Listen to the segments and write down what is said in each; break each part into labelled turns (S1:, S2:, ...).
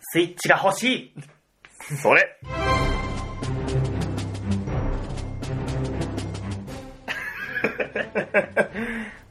S1: スイッチが欲しい
S2: それ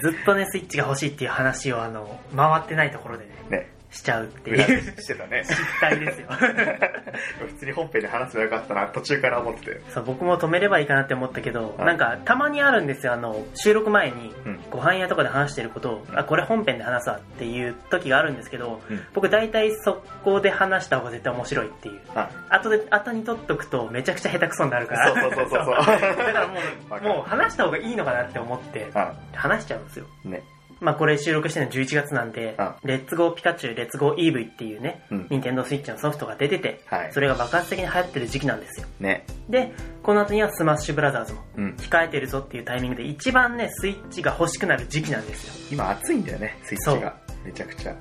S1: ずっとね、スイッチが欲しいっていう話を、あの、回ってないところでね、
S2: ね、
S1: しちゃうって
S2: 裏
S1: い
S2: で
S1: う
S2: してたね。
S1: 失態です よ。
S2: 普通に本編で話せばよかったな、途中から思ってたよ。
S1: そう、僕も止めればいいかなって思ったけど、
S2: はい
S1: なんか、たまにあるんですよ、あの、収録前に、
S2: うん。
S1: ご飯屋とかで話してることを、あ、これ本編で話すわっていう時があるんですけど、
S2: うん
S1: 僕大体そこで話した方が絶対面白いっていう。
S2: あ、
S1: 後で、後に取っとくとめちゃくちゃ下手くそになるから。
S2: そうそうそうそう
S1: だ からも
S2: わ
S1: う、
S2: かる
S1: もう話した方がいいのかなって思って、
S2: あ、
S1: 話しちゃうんですよ。
S2: ね。
S1: まあこれ収録してるの11月なんで
S2: あ、
S1: レッツゴーピカチュウ、レッツゴーイーブイっていうね、
S2: うん。
S1: 任天堂スイッチのソフトが出てて、
S2: はい
S1: そ。れが爆発的に流行ってる時期なんですよ。
S2: ね。
S1: で、この後にはスマッシュブラザーズも
S2: うん。
S1: 控えてるぞっていうタイミングで一番ね、スイッチが欲しくなる時期なんですよ。
S2: 今暑いんだよね、スイッチが。めちゃくちゃ。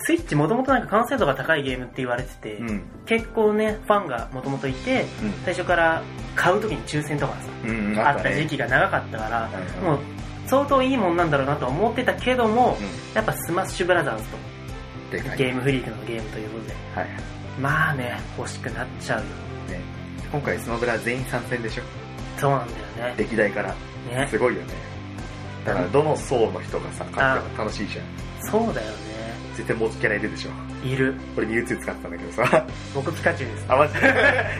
S1: スイッチもともとなんか完成度が高いゲームって言われてて、
S2: うん。うん。
S1: 結構ね、ファンがもともといて、最初から買う時に抽選とかさ、
S2: うん、うん
S1: あった時。期が長かったから、
S2: うん
S1: もう相当いいもんなんだろうなとは思ってたけども、
S2: う
S1: やっぱスマッシュブラザーズと
S2: ん。でかい。
S1: ゲームフリークのゲームということで、
S2: はい。
S1: まあね、欲しくなっちゃうよ。
S2: ね。今回スマブラ全員参戦でしょ
S1: そうなんだよね。
S2: 歴代から。
S1: ね。
S2: すごいよね。だからどの層の人がさ、勝っても楽しいじゃん。
S1: そうだよ
S2: 絶対持つキャラいるでしょ。
S1: ね。いる。
S2: 俺ミュウツー使ってたんだけどさ。
S1: 僕ピカチュウです。
S2: あ、マジで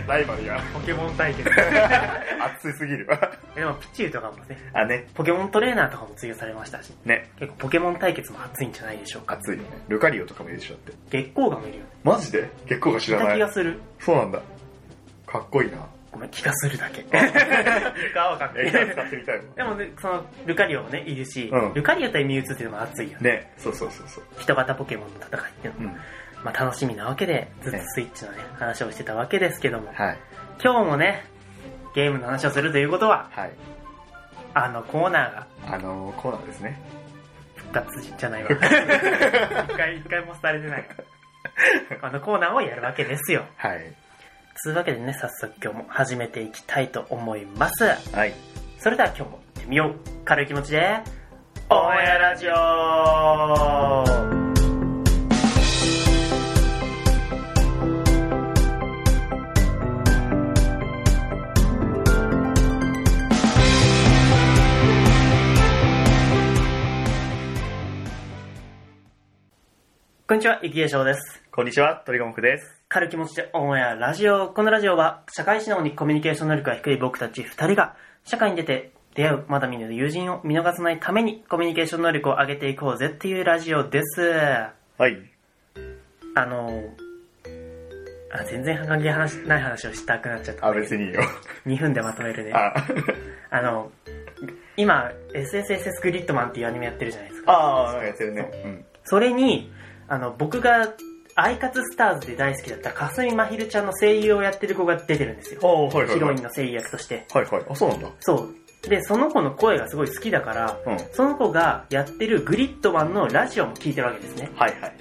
S2: ライバルや。
S1: ポケモン対決。
S2: 熱すぎる わ。
S1: でもピチュウとかもね、
S2: あ、ね。
S1: ポケモントレーナーとかも追加されましたし、
S2: ね。
S1: 結構ポケモン対決も熱いんじゃないでしょうか。
S2: 熱いよね。ルカリオとかもいるでしょだって。
S1: 月光がもいるよね。
S2: マジで結構が知
S1: 聞い
S2: ら
S1: た
S2: な
S1: 気が
S2: い。
S1: する。
S2: そうなんだ。かっこ いいな。
S1: ごめん、気がするだけ。ルカはかっこい
S2: え、
S1: い
S2: じゃあ使ってみたいも ん。
S1: でもね、その、ルカリオもね、いるし、
S2: うん
S1: ルカリオ対ミュウツーっていうのも熱いよね。
S2: ね。そうそうそうそう。
S1: 人型ポケモンの戦いっていうの
S2: う
S1: も、
S2: ん。
S1: まあ楽しみなわけで、ずっとスイッチのね、話をしてたわけですけども、
S2: はい。
S1: 今日もね、ゲームの話をするということは、
S2: はい。
S1: あのコーナーが
S2: あのー、コーナーですね。
S1: 復活じゃないわ。一回、一回もされてない。あのコーナーをやるわけですよ。
S2: はい。
S1: つうわけでね、早速今日も始めていきたいと思います。
S2: はい。
S1: それでは今日も行ってみよう軽い気持ちでオンエアラジオこんにちは、ゆきえしょうです。
S2: こんにちは、鳥モクです。
S1: 軽い気持ちでオンエアラジオ。このラジオは、社会史のにコミュニケーション能力が低い僕たち二人が、社会に出て出会うまだ見ぬ友人を見逃さないために、コミュニケーション能力を上げていこうぜっていうラジオです。
S2: はい。
S1: あの、あ全然関係話ない話をしたくなっちゃった
S2: あ、。別にいいよ。
S1: 2分でまとめるね。あ
S2: あ、
S1: の、今、SSSS グリッドマンっていうアニメやってるじゃないですか。
S2: あー、やってるね。うん。
S1: それに、あの、僕が、アイカツスターズで大好きだった、かすみまひるちゃんの声優をやってる子が出てるんですよ。
S2: おー、はいはい
S1: ヒロ
S2: は
S1: イ
S2: い
S1: ン。の声優役として。
S2: はいはい。あ、そうなんだ。
S1: そう。で、その子の声がすごい好きだから、
S2: うん。
S1: その子がやってるグリッドマンのラジオも聞いてるわけですね。
S2: はいはいはい。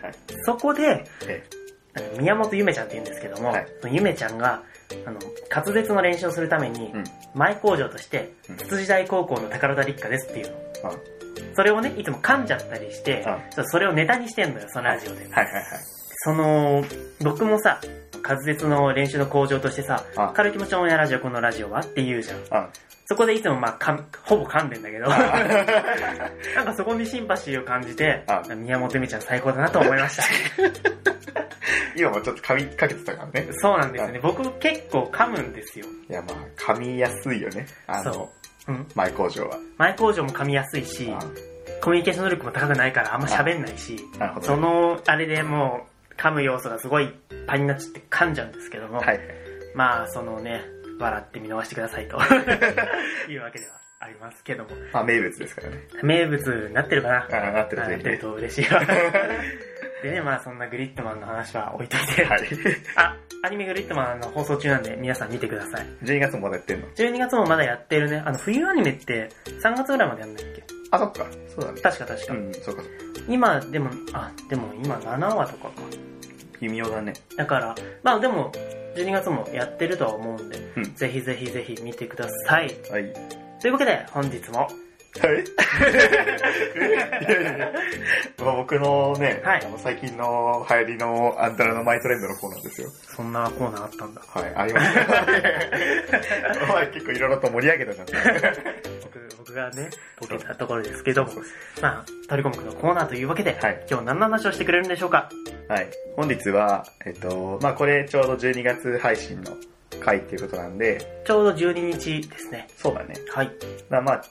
S1: そこで、
S2: え
S1: あの宮本ゆめちゃんって言うんですけども、
S2: はい
S1: そのゆめちゃんが、あの、滑舌の練習をするために、
S2: うん。
S1: 前工場として
S2: う、ん
S1: つつじ大高校の宝田立花ですっていうの。
S2: あ、はい
S1: それをね、いつも噛んじゃったりして、
S2: あ
S1: ちょっとそれをネタにしてんのよ、そのラジオで。
S2: はいはい。
S1: その、僕もさ、滑舌の練習の向上としてさ、
S2: あ
S1: 軽い気持ちのオンエアラジオ、このラジオはって言うじゃん。
S2: あ、
S1: そこでいつもまあかん、ほぼ噛んでんだけど、 なんかそこにシンパシーを感じて
S2: あ、
S1: 宮本美ちゃん最高だなと思い ました。
S2: 今もちょっと髪かけてたからね。
S1: そうなんですよね。僕結構噛むんですよ。
S2: いや、まあ、髪やすいよね。あの
S1: そ、うん。
S2: 前工場は。
S1: 前工場も噛みやすいし、
S2: あ
S1: コミュニケーション能力も高くないからあんま喋んないし、
S2: なるほど。
S1: そ、の、あれでもう噛む要素がすごいいっぱいになっちゃって噛んじゃうんですけども、
S2: はい。
S1: まあそのね、笑って見逃してくださ いというわけではありますけども、
S2: まあ、名物ですからね。
S1: 名物になってるかな
S2: ああ、なってる
S1: な
S2: とい
S1: っ
S2: い
S1: てる
S2: ね。
S1: と嬉しいわ。 でね、まあそんなグリッドマンの話は置いといて、
S2: はい。
S1: あ、アニメグリッドマンの放送中なんで皆さん見てください。
S2: 12月もまだやってんの
S1: 12月もまだやってるね。あの、冬アニメって3月ぐらいまでやんないっけ
S2: あ、そっか。そうだね。
S1: 確か確か。
S2: うん、そうかそうか。
S1: 今、でも、あ、でも今7話とかか。
S2: 微妙だね。
S1: だから、まあでも、12月もやってるとは思うんで、
S2: う ん
S1: ぜひぜひぜひ見てください。
S2: はい。
S1: というわけで、本日も、
S2: えいやいやいやまあ僕のね、
S1: はい
S2: あの最近の流行りのアンダラのマイトレンドのコーナーですよ。
S1: そんなコーナーあったんだ。
S2: はい、ありま した。お前結構いろいろと盛り上げたじゃん。
S1: 僕僕がね、ボケたところですけども、まあ、取り込むのコーナーというわけで、
S2: はい
S1: 今日何の話をしてくれるんでしょうか
S2: はい。本日は、えっと、まあこれちょうど12月配信の回っていうことなんで、
S1: ちょうど12日ですね。
S2: そうだね。
S1: はい。
S2: まあまあ、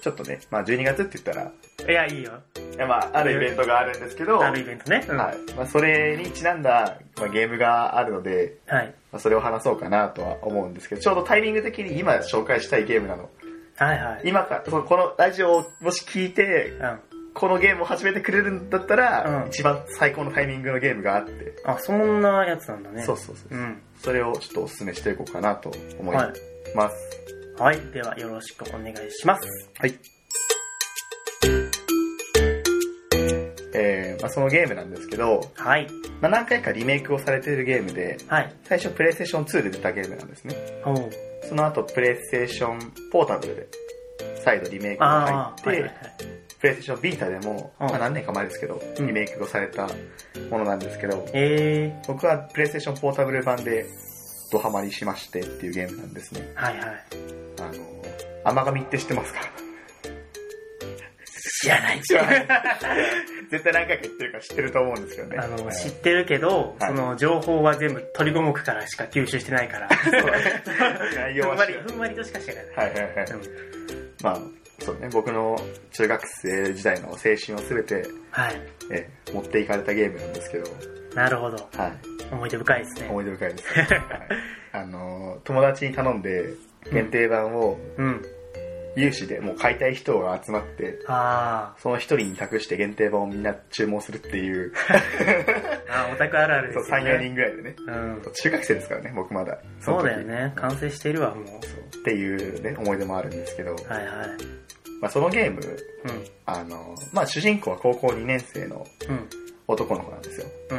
S2: ちょっとね、まあ12月って言ったら、
S1: いや、いいよ。
S2: いやまああるイベントがあるんですけど、
S1: あるイベントね。うん
S2: はい。まあそれにちなんだ、まあ、ゲームがあるので、
S1: はい。
S2: まあ、それを話そうかなとは思うんですけど、ちょうどタイミング的に今紹介したいゲームなの。
S1: はいはい。
S2: 今か、そうこのラジオをもし聞いて、
S1: うん。
S2: このゲームを始めてくれるんだったら、
S1: うん
S2: 一番最高のタイミングのゲームがあって、
S1: あ、そんなやつなんだね。
S2: そうそうそう。
S1: うん。
S2: それをちょっとお勧めしていこうかなと思い
S1: はい。
S2: ます。
S1: はい。では、よろしくお願いします。
S2: はい。えーまあ、そのゲームなんですけど、
S1: はい。
S2: まあ、何回かリメイクをされているゲームで、
S1: はい。
S2: 最初プレイステーション2で出たゲームなんですね。
S1: おう。
S2: その後、プレイステーションポータブルで、再度リメイクが
S1: ああ、は
S2: 入
S1: い
S2: っ
S1: はいは
S2: て
S1: い、。
S2: プレイステーションビータでも、
S1: うん
S2: まあ何年か前ですけど、
S1: うん
S2: リメイクをされたものなんですけど、
S1: え
S2: 僕はプレイステーションポータブル版で、ドハマりしましてっていうゲームなんですね。
S1: ー、はいはい。
S2: あの、甘神って知ってますか
S1: 知らない。
S2: 知らない絶対何回か言ってるから知ってると思うんですけどね。
S1: あの、
S2: はい
S1: 知ってるけど、
S2: はい
S1: その情報は全部取り込むからしか吸収してないから、
S2: 内容
S1: ふん
S2: は
S1: わ
S2: 知
S1: り、
S2: らな
S1: ふ
S2: い
S1: んわりとしか知らない。
S2: はいはいは
S1: う
S2: い。
S1: ん
S2: まあ、そうね、僕の中学生時代の青春をすべて、
S1: はい。
S2: えー持っていかれたゲームなんですけど、
S1: なるほど。
S2: はい。
S1: 思い出深いですね。
S2: 思い出深 いです、はいあの友達に頼んで限定版を
S1: うん。
S2: 有志でもう買いたい人が集まって
S1: あ
S2: その一人に託して限定版をみんな注文するっていう
S1: ーあー、オタクあるあるですよね。
S2: 34人ぐらいでね
S1: うん。
S2: 中学生ですからね僕まだの
S1: そう
S2: 時
S1: だよね。完成しているわ、もう。
S2: そうっていうね思い出もあるんですけど、
S1: はいはい。
S2: まあ、そのゲーム
S1: うん。
S2: あの、まあ、主人公は高校2年生の
S1: うん。
S2: 男の子なんですよ
S1: う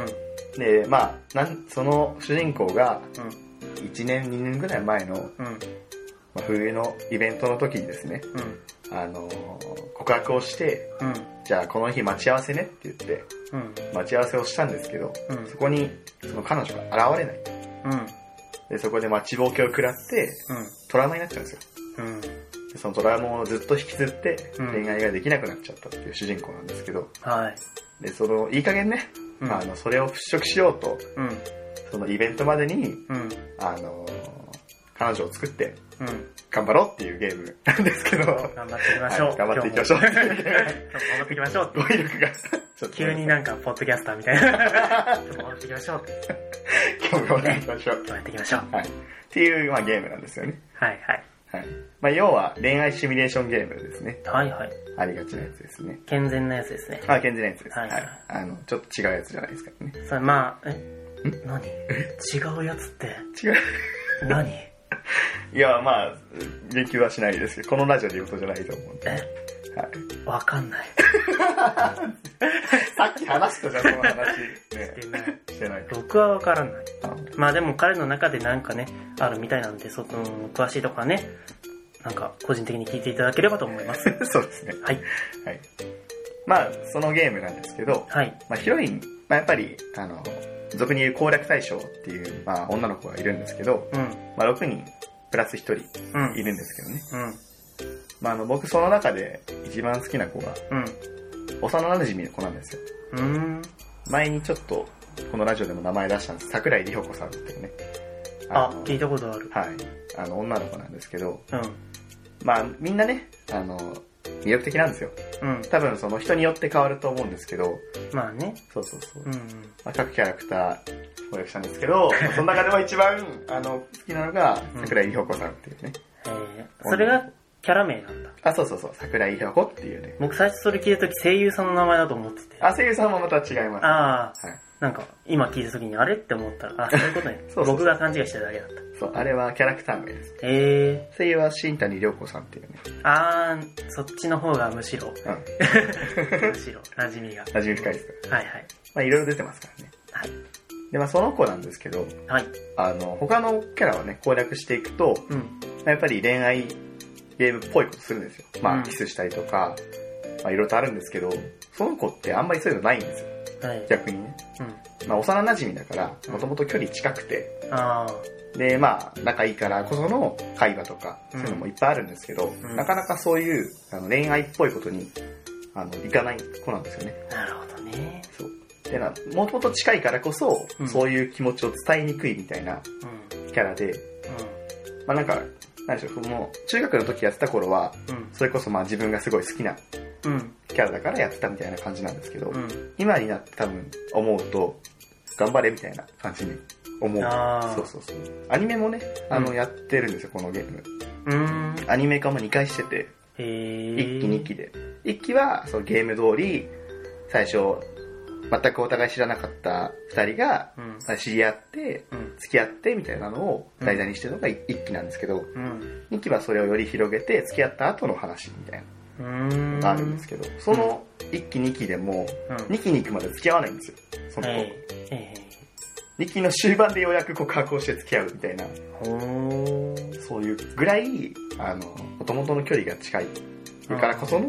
S1: ん。
S2: でまあなんその主人公が
S1: うん。
S2: 1年2年ぐらい前の、
S1: うん。
S2: まあ冬のイベントの時にですね
S1: うん。
S2: あのー告白をして、
S1: うん。
S2: じゃあこの日待ち合わせねって言って、
S1: うん。
S2: 待ち合わせをしたんですけど、
S1: うん
S2: そこにその彼女が現れない。
S1: うん。
S2: で、そこで待ちぼうけを食らって、
S1: うん。
S2: トラウマになっちゃうんですよ。
S1: うん。
S2: でそのトラウマをずっと引きずって、
S1: うん
S2: 恋愛ができなくなっちゃったっていう主人公なんですけど、
S1: はい。
S2: で、その、いい加減ね、
S1: うん。
S2: あの、それを払拭しようと、
S1: うん。
S2: そのイベントまで
S1: う
S2: に、
S1: ん。
S2: あのー彼女を作って
S1: うん。
S2: 頑張ろうっていうゲームなんですけど、
S1: 頑張っていきましょ
S2: は
S1: う。
S2: い頑張っていきましょう
S1: 今日も今日も頑張っていきましょう。
S2: 語彙力が、ちょっと
S1: 急になんか、ポッドキャスターみたい な。今日も頑張っていきましょう。
S2: 今日も頑張っていきましょう。
S1: 頑張っていきましょう。
S2: はい。っていう、まあ、ゲームなんですよね。
S1: はいはい。
S2: はい。まあ、要は恋愛シミュレーションゲームですね。
S1: はいはい。
S2: ありがちなやつですね。
S1: 健全なやつですね。
S2: あ、健全なやつです。
S1: は
S2: はいい。あの、ちょっと違うやつじゃないですからね。
S1: それまあ、え何違うやつって
S2: 違
S1: 何
S2: う。いや、まあ、言及はしないですけど、このラジオで言うことじゃないと思うんで。はい。
S1: えわかんない。
S2: さっき話したじゃん、その話。ね
S1: っ、てない
S2: してないか。
S1: 僕はわからない。
S2: あ
S1: まあでも彼の中でなんかね、あるみたいなんで、そこの詳しいとこはね、なんか個人的に聞いていただければと思い ます。
S2: そうですね。
S1: はい。
S2: はい。まあ、そのゲームなんですけど、
S1: はい。
S2: まあ、ヒロイン、まあ、やっぱり、あの、俗に言う攻略対象っていう、まあ、女の子がいるんですけど、
S1: うん。
S2: まあ、6人、プラス1人
S1: うん。
S2: いるんですけどね。
S1: うん。
S2: まあ、あの僕その中で一番好きな子が
S1: うん。
S2: 幼馴染の子なんですよ
S1: うーん。
S2: 前にちょっとこのラジオでも名前出したんです桜井里穂子さんっていうね
S1: あ
S2: の、
S1: 聞いたことある。
S2: はいあの女の子なんですけど
S1: うん。
S2: まあみんなねあの魅力的なんですよ
S1: うん。
S2: 多分その人によって変わると思うんですけど
S1: まあね。
S2: そうそうそう、
S1: う
S2: ま
S1: んうん。
S2: あ、各キャラクター攻略したんですけ どまあその中でも一番あの好きなのが
S1: うん
S2: 桜井里穂子さんっていうね、
S1: えー、それがキャラ名なんだ。
S2: あそうそうそう桜井里穂子っていうね
S1: 僕最初それ聞いた時声優さんの名前だと思ってて。あ
S2: あ声優さんもまた違います
S1: あー、
S2: はい
S1: なんか今聞いた時にあれって思ったら、あ、そういうことね
S2: 。そうそうそう
S1: 僕が勘違いしてただけだった。
S2: そうあれはキャラクター名です
S1: え
S2: 声優は新谷涼子さんっていうね。
S1: ー、あー、そっちの方がむしろ、
S2: うん。
S1: むしろ、馴染みが。
S2: 馴染み深いですから。
S1: はいはい。
S2: まあいろいろ出てますからね。
S1: はい。
S2: で、まあその子なんですけど、
S1: はい。
S2: あの、他のキャラはね、攻略していくと、
S1: うん。
S2: まあやっぱり恋愛ゲームっぽいことするんですよ。ま
S1: う
S2: あ、
S1: ん
S2: キスしたりとか、まあ、いろいろとあるんですけど、その子ってあんまりそういうのないんですよ。
S1: はい。
S2: 逆にね。
S1: うん。
S2: まあ、幼馴染だから、もともと距離近くて、
S1: ああ。
S2: で、まあ、仲いいからこその会話とか、
S1: う
S2: そ
S1: ん
S2: ういうのもいっぱいあるんですけど、
S1: うん
S2: なかなかそういうあの恋愛っぽいことに、あの、いかない子なんですよね。
S1: なるほどね。
S2: そう。でな、もともと近いからこそ、
S1: うん
S2: そういう気持ちを伝えにくいみたいな
S1: うん。
S2: キャラで、まあなんか、なんでしょう、もう、中学の時やってた頃は、
S1: うん。
S2: それこそまあ自分がすごい好きな
S1: うん。うん。
S2: キャラだからやってたみたいな感じなんですけど、
S1: うん。
S2: 今になって多分思うと、頑張れみたいな感じに思う。
S1: あー
S2: そうそうそう。アニメもね、あの、
S1: うん
S2: やってるんですよ、このゲーム。
S1: うん。
S2: アニメ化も2回してて、
S1: へえ。
S2: 1期2期で。1期は、そのゲーム通り、最初、全くお互い知らなかった2人が、
S1: うん。
S2: まあ知り合って、
S1: うん。
S2: 付き合ってみたいなのを題材にしてるのが1期なんですけど、
S1: うん。
S2: 2期はそれをより広げて、付き合った後の話みたいな。
S1: うん。
S2: があるんですけど、その1期2期でも、
S1: うん。
S2: 2期に行くまで付き合わないんですよ。その
S1: は
S2: 子、
S1: い。え
S2: 2期の終盤でようやく告白をして付き合うみたいな、
S1: え。ほー。
S2: そういうぐらい、あの、もともとの距離が近いからこその、
S1: うん。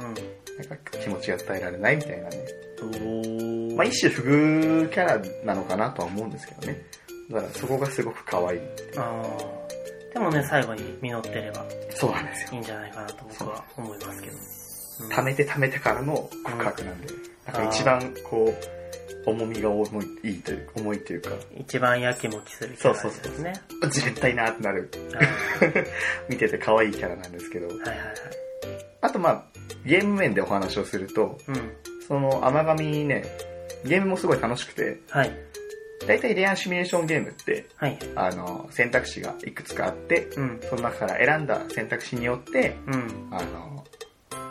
S2: なんか気持ちが伝えられないみたいなね。
S1: おー。
S2: まあ一種不遇キャラなのかなとは思うんですけどね。だからそこがすごく可愛い。
S1: あーでもね、最後に実ってれば
S2: そうなんですよ。
S1: いいんじゃないかなと僕は思いますけど。うん
S2: 溜めて溜めてからの告白なんで、なんか一番こう、重みが重い、いいという、重いというか、
S1: 一番やきもきするキャラですね。
S2: 絶対なーってなる
S1: あー
S2: 見てて可愛いキャラなんですけど、
S1: はいはいはい。
S2: あとまあ、ゲーム面でお話をすると、
S1: うん。
S2: その甘神ね、ゲームもすごい楽しくて、
S1: はい。
S2: だいたい恋愛シミュレーションゲームって、
S1: はい。
S2: あの、選択肢がいくつかあって、
S1: うん。
S2: その中から選んだ選択肢によって、
S1: うん。
S2: あの、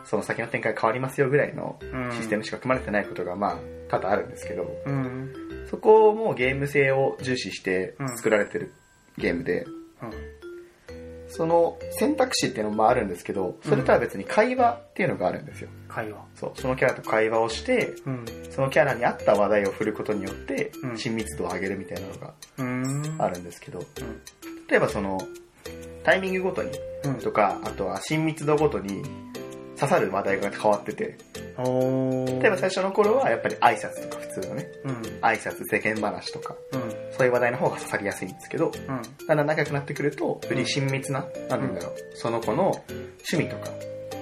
S2: その先の展開変わりますよぐらいの
S1: うん。
S2: システムしか組まれてないことがまあ、多々あるんですけど、
S1: うん。
S2: そこをもうゲーム性を重視して
S1: うん
S2: 作られてるゲームで、
S1: うん。
S2: その選択肢っていうのもあるんですけど、それとは別に会話っていうのがあるんですよ。
S1: 会話。
S2: そう、そのキャラと会話をして、
S1: うん。
S2: そのキャラに合った話題を振ることによって
S1: う、ん
S2: 親密度を上げるみたいなのが
S1: うん。
S2: あ
S1: る。
S2: るんですけど、
S1: うん。
S2: 例えばその、タイミングごとに
S1: うん。
S2: とか、あとは親密度ごとに刺さる話題が変わってて、
S1: おー。
S2: 例えば最初の頃はやっぱり挨拶とか普通のね、
S1: うん。
S2: 挨拶、世間話とか、
S1: うん。
S2: そういう話題の方が刺さりやすいんですけど、
S1: うん。
S2: だんだん仲良くなってくると、より親密な、なんて言うんだろう、その子の趣味とか、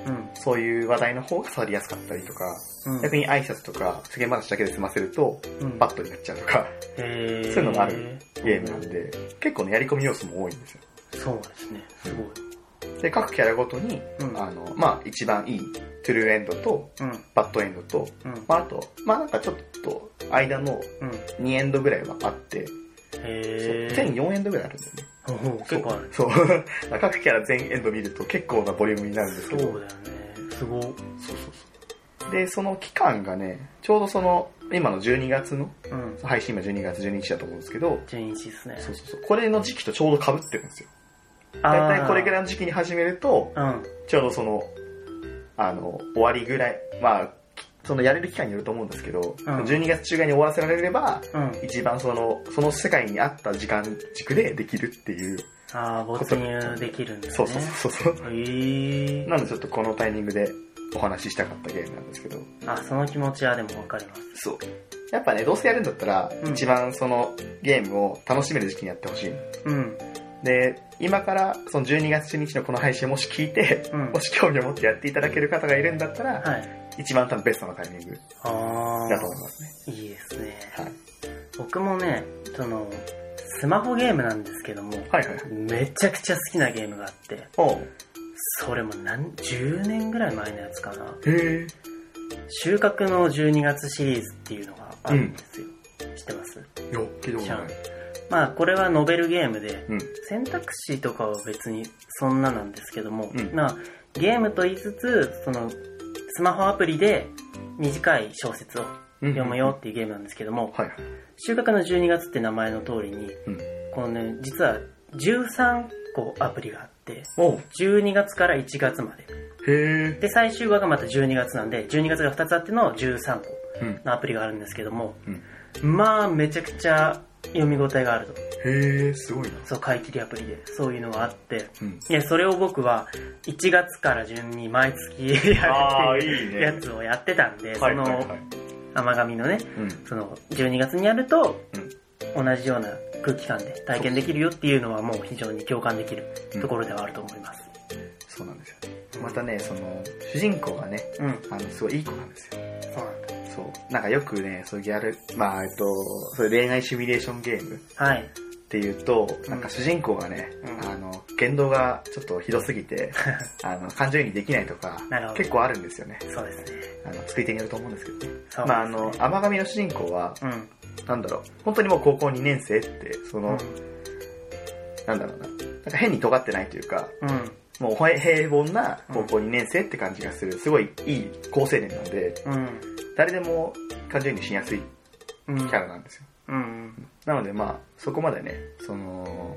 S1: うん。
S2: そういう話題の方が刺さりやすかったりとか、
S1: うん。
S2: 逆に挨拶とか世間話だけで済ませると、
S1: うん。
S2: バットになっちゃうとか、
S1: へー
S2: そういうのがある。ゲームなんで、結構ね、やり込み要素も多いんですよ。
S1: そうですね。すごい。
S2: で、各キャラごとに、
S1: うん
S2: あの、まあ、一番いい、トゥルーエンドと、
S1: うん。
S2: バッドエンドと、
S1: うん。
S2: まあ、あと、まあ、なんかちょっと、間の
S1: うん。
S2: 2エンドぐらいはあって、
S1: へー。
S2: 全4エンドぐらいあるんだよね。
S1: おー結構ある。
S2: そう。 そう。各キャラ全エンド見ると結構なボリュームになるんです
S1: そ
S2: け
S1: う
S2: ど。
S1: だよね。すごい。
S2: そうそうそうで、その期間がね、ちょうどその、今の12月の、
S1: うん。
S2: 配信今12月12日だと思うんですけど、
S1: 順一ですね。
S2: そうそうそう。これの時期とちょうど被ってるんですよ。
S1: あ
S2: だ
S1: ー
S2: いたいこれぐらいの時期に始めると、
S1: うん。
S2: ちょうどその、あの、終わりぐらい、まあ、そのやれる期間によると思うんですけど、
S1: ん
S2: 12月中旬に終わらせられれば、
S1: うん。
S2: 一番その、その世界に合った時間軸でできるっていう。
S1: ああ、没入できるんです
S2: そ
S1: ね。
S2: うそうそうそ
S1: へ
S2: う。
S1: ー。
S2: なのでちょっとこのタイミングでお話ししたかったゲームなんですけど。
S1: あ、その気持ちはでもわかります。
S2: そう。やっぱね、どうせやるんだったら、
S1: うん
S2: 一番そのゲームを楽しめる時期にやってほしい。
S1: うん。
S2: で、今からその12月1日のこの配信をもし聞いて、
S1: うん
S2: も。し興味を持ってやっていただける方がいるんだったら、
S1: はい。
S2: 一番多分ベストなタイミング
S1: あ
S2: だと思いますね。
S1: あ、いいですね。
S2: はい。
S1: 僕もね、その、スマホゲームなんですけども、
S2: はいはいはい。
S1: めちゃくちゃ好きなゲームがあって、
S2: おう
S1: それも何、10年ぐらい前のやつかな。
S2: へえ。
S1: 収穫の12月シリーズっていうのがあるんですよ。知ってます
S2: よ、聞いたこと
S1: 知らん
S2: ない。
S1: まあ、これはノベルゲームで、
S2: うん。
S1: 選択肢とかは別にそんななんですけども、
S2: うん
S1: まあ、ゲームと言いつつそのスマホアプリで短い小説を
S2: うん
S1: 読むよ。っていうゲームなんですけども
S2: はいはい。
S1: 「収穫の12月」って名前の通りに
S2: うん。
S1: このね実は13個アプリがあって
S2: おう
S1: 12月から1月まで
S2: へえ。
S1: で最終話がまた12月なんで12月が2つあっての13個
S2: うん
S1: のアプリがあるんですけども、
S2: うん
S1: まあめちゃくちゃ読み応えがあると。
S2: へえすごいな
S1: そう、買い切りアプリで、そういうのがあって、
S2: うん
S1: いや、それを僕は1月から順に毎月やる
S3: あ
S1: っ
S3: あ、
S1: て
S3: い
S1: いう
S3: いね。
S1: やつをやってたんで、そ
S3: はいはいは
S1: の甘神のね、
S2: うん
S1: その12月にやると、同じような空気感で体験できるよっていうのはもう非常に共感できるところではあると思います。
S2: そうなんですよねまたねその主人公がね
S1: うん、
S2: あのすごいいい子なんですよ
S1: そうなんだ。
S2: そうなんかよくねそういうギャルまあえっとそういう恋愛シミュレーションゲーム
S1: はい。
S2: っていうと
S1: ん
S2: なんか主人公がね、
S1: うん
S2: あの言動がちょっとひどす ぎてあの感情移入できないとか
S1: なるほど
S2: 結構あるんですよね
S1: そうですね。
S2: あの作り手によると思うんですけど、ね、
S1: そうですね
S2: まああの甘神の主人公は
S1: うん。
S2: なんだろう本当にもう高校2年生ってその、なんだろうななんか変に尖ってないというか
S1: うん。うん。
S2: もうほえ平凡な高校2年生って感じがするすごいいい好青年なんで
S1: うん。
S2: 誰でも感情移入しやすい
S1: うん。
S2: キャラなんですよ
S1: うん。
S2: なのでまあそこまでねその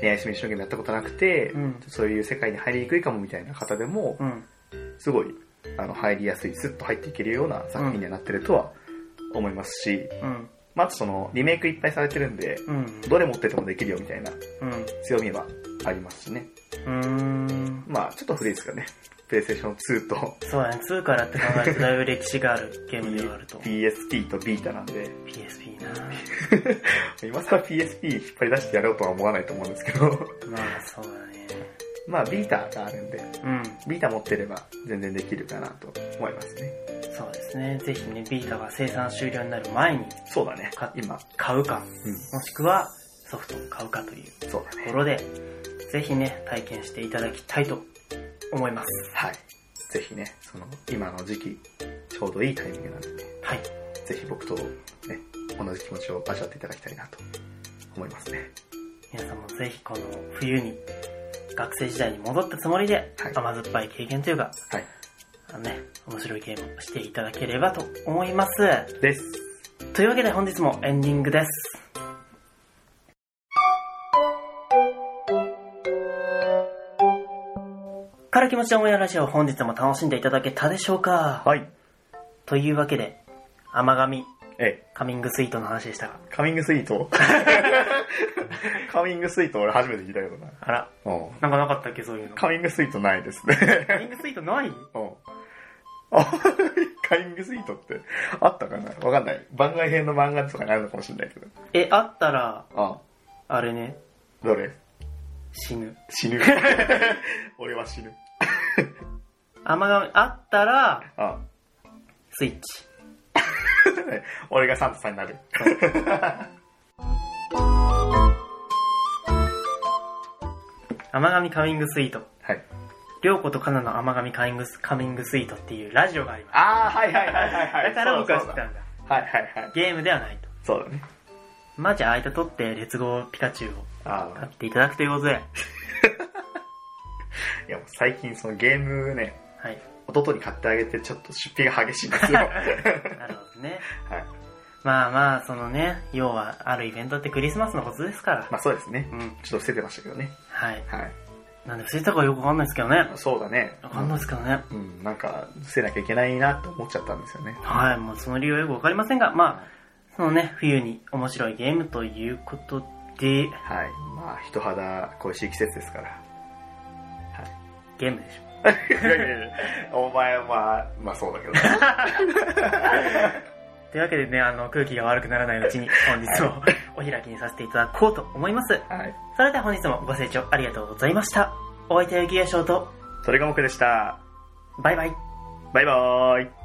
S2: 恋愛シミュレーションゲームやったことなくて、
S1: うん
S2: そういう世界に入りにくいかもみたいな方でも、
S1: うん。
S2: すごいあの入りやすいスッと入っていけるような作品にはなってるとは思いますし、
S1: うん。
S2: まあ、あとそのリメイクいっぱいされてるんで
S1: うん。
S2: どれ持っててもできるよみたいな
S1: うん。
S2: 強みはありますしね
S1: うん。
S2: まあちょっと古いですかね プレイステーション2と
S1: そうだね。2からって考えるとだいぶ歴史があるゲームではあると。
S2: PSP とビータなんで
S1: PSP な
S2: 今更 PSP 引っ張り出してやろうとは思わないと思うんですけど
S1: まあそうだね。
S2: まあビータがあるんで
S1: うん。
S2: ビータ持ってれば全然できるかなと思いますね。
S1: そうですね。ぜひね、ビータが生産終了になる前に
S2: そうだね
S1: か
S2: 今。
S1: 買うか、
S2: うん。
S1: もしくはソフトを買うかという
S2: そうだ
S1: とこ
S2: ね。
S1: ろで、ぜひね、体験していただきたいと思います。
S2: はい。ぜひね、その、今の時期、ちょうどいいタイミングなんで、ね、
S1: はい。
S2: ぜひ僕とね、同じ気持ちを味わっていただきたいなと思いますね。
S1: 皆さんもぜひこの冬に学生時代に戻ったつもりで、
S2: はい
S1: 甘酸っぱい経験というか、
S2: はい。
S1: あのね、面白いゲームをしていただければと思います。
S2: です。
S1: というわけで本日もエンディングです。から気持ちの思いやラジオ本日も楽しんでいただけたでしょうか、
S2: はい。
S1: というわけで、甘神
S2: え、
S1: カミングスイートの話でしたが、
S2: カミングスイートカミングスイート俺初めて聞いたけどな。
S1: あら、
S2: うん。
S1: なんかなかったっけそういうの。カ
S2: カミングスイートないですね。
S1: ミングスイートない
S2: うん。あカミングスイートってあったかなわかんない。番外編の漫画とかにあるのかもしれないけど。
S1: え、あったら、
S2: あ
S1: あれね、
S2: どれ
S1: 死ぬ。
S2: 死ぬ。俺は死ぬ。
S1: 甘神、あったら、
S2: あ
S1: スイッチ。
S2: 俺がサンタさんになる。
S1: 甘神カミングスイート。
S2: はい。
S1: りょうことかなの甘神カミングス、カミングスイートっていうラジオがあります。
S2: ああ、はいはいはいはいはい。
S1: だから僕は知
S2: そ
S1: っ
S2: うだ
S1: たんだ。
S2: そうだはいはいはい。
S1: ゲームではないと。
S2: そうだね。
S1: まあ、じゃあ間取って、レッツゴーピカチュウを
S2: あ
S1: 買
S2: あ。
S1: っていただくということで。
S2: いやもう最近そのゲームね、
S1: はい。
S2: 弟に買ってあげてちょっと出費が激しいんです よ。はい。
S1: なるほどね。まあまあ、そのね、要は、あるイベントってクリスマスのことですから。
S2: まあそうですね
S1: う。ん。
S2: ちょっと伏せてましたけどね。
S1: はい。
S2: はい。
S1: なんで、伏せたかよくわかんないですけどね。
S2: そうだね。
S1: わかんないですけどね。
S2: うん、なんか伏せなきゃいけないなと思っちゃったんですよね。
S1: はい、もうその理由はよくわかりませんが、まあ、そのね、冬に面白いゲームということで、
S2: はい。まあ人肌恋しい季節ですから。
S1: ゲームでしょ。
S2: いやいやいや お前は、まあそうだけどね。
S1: というわけでね、あの、空気が悪くならないうちに、本日もお開きにさせていただこうと思います。
S2: はい。
S1: それでは本日もご清聴ありがとうございました。お相手はゆきやしょうと、
S2: それが僕でした。
S1: バイバイ。
S2: バイバーイ。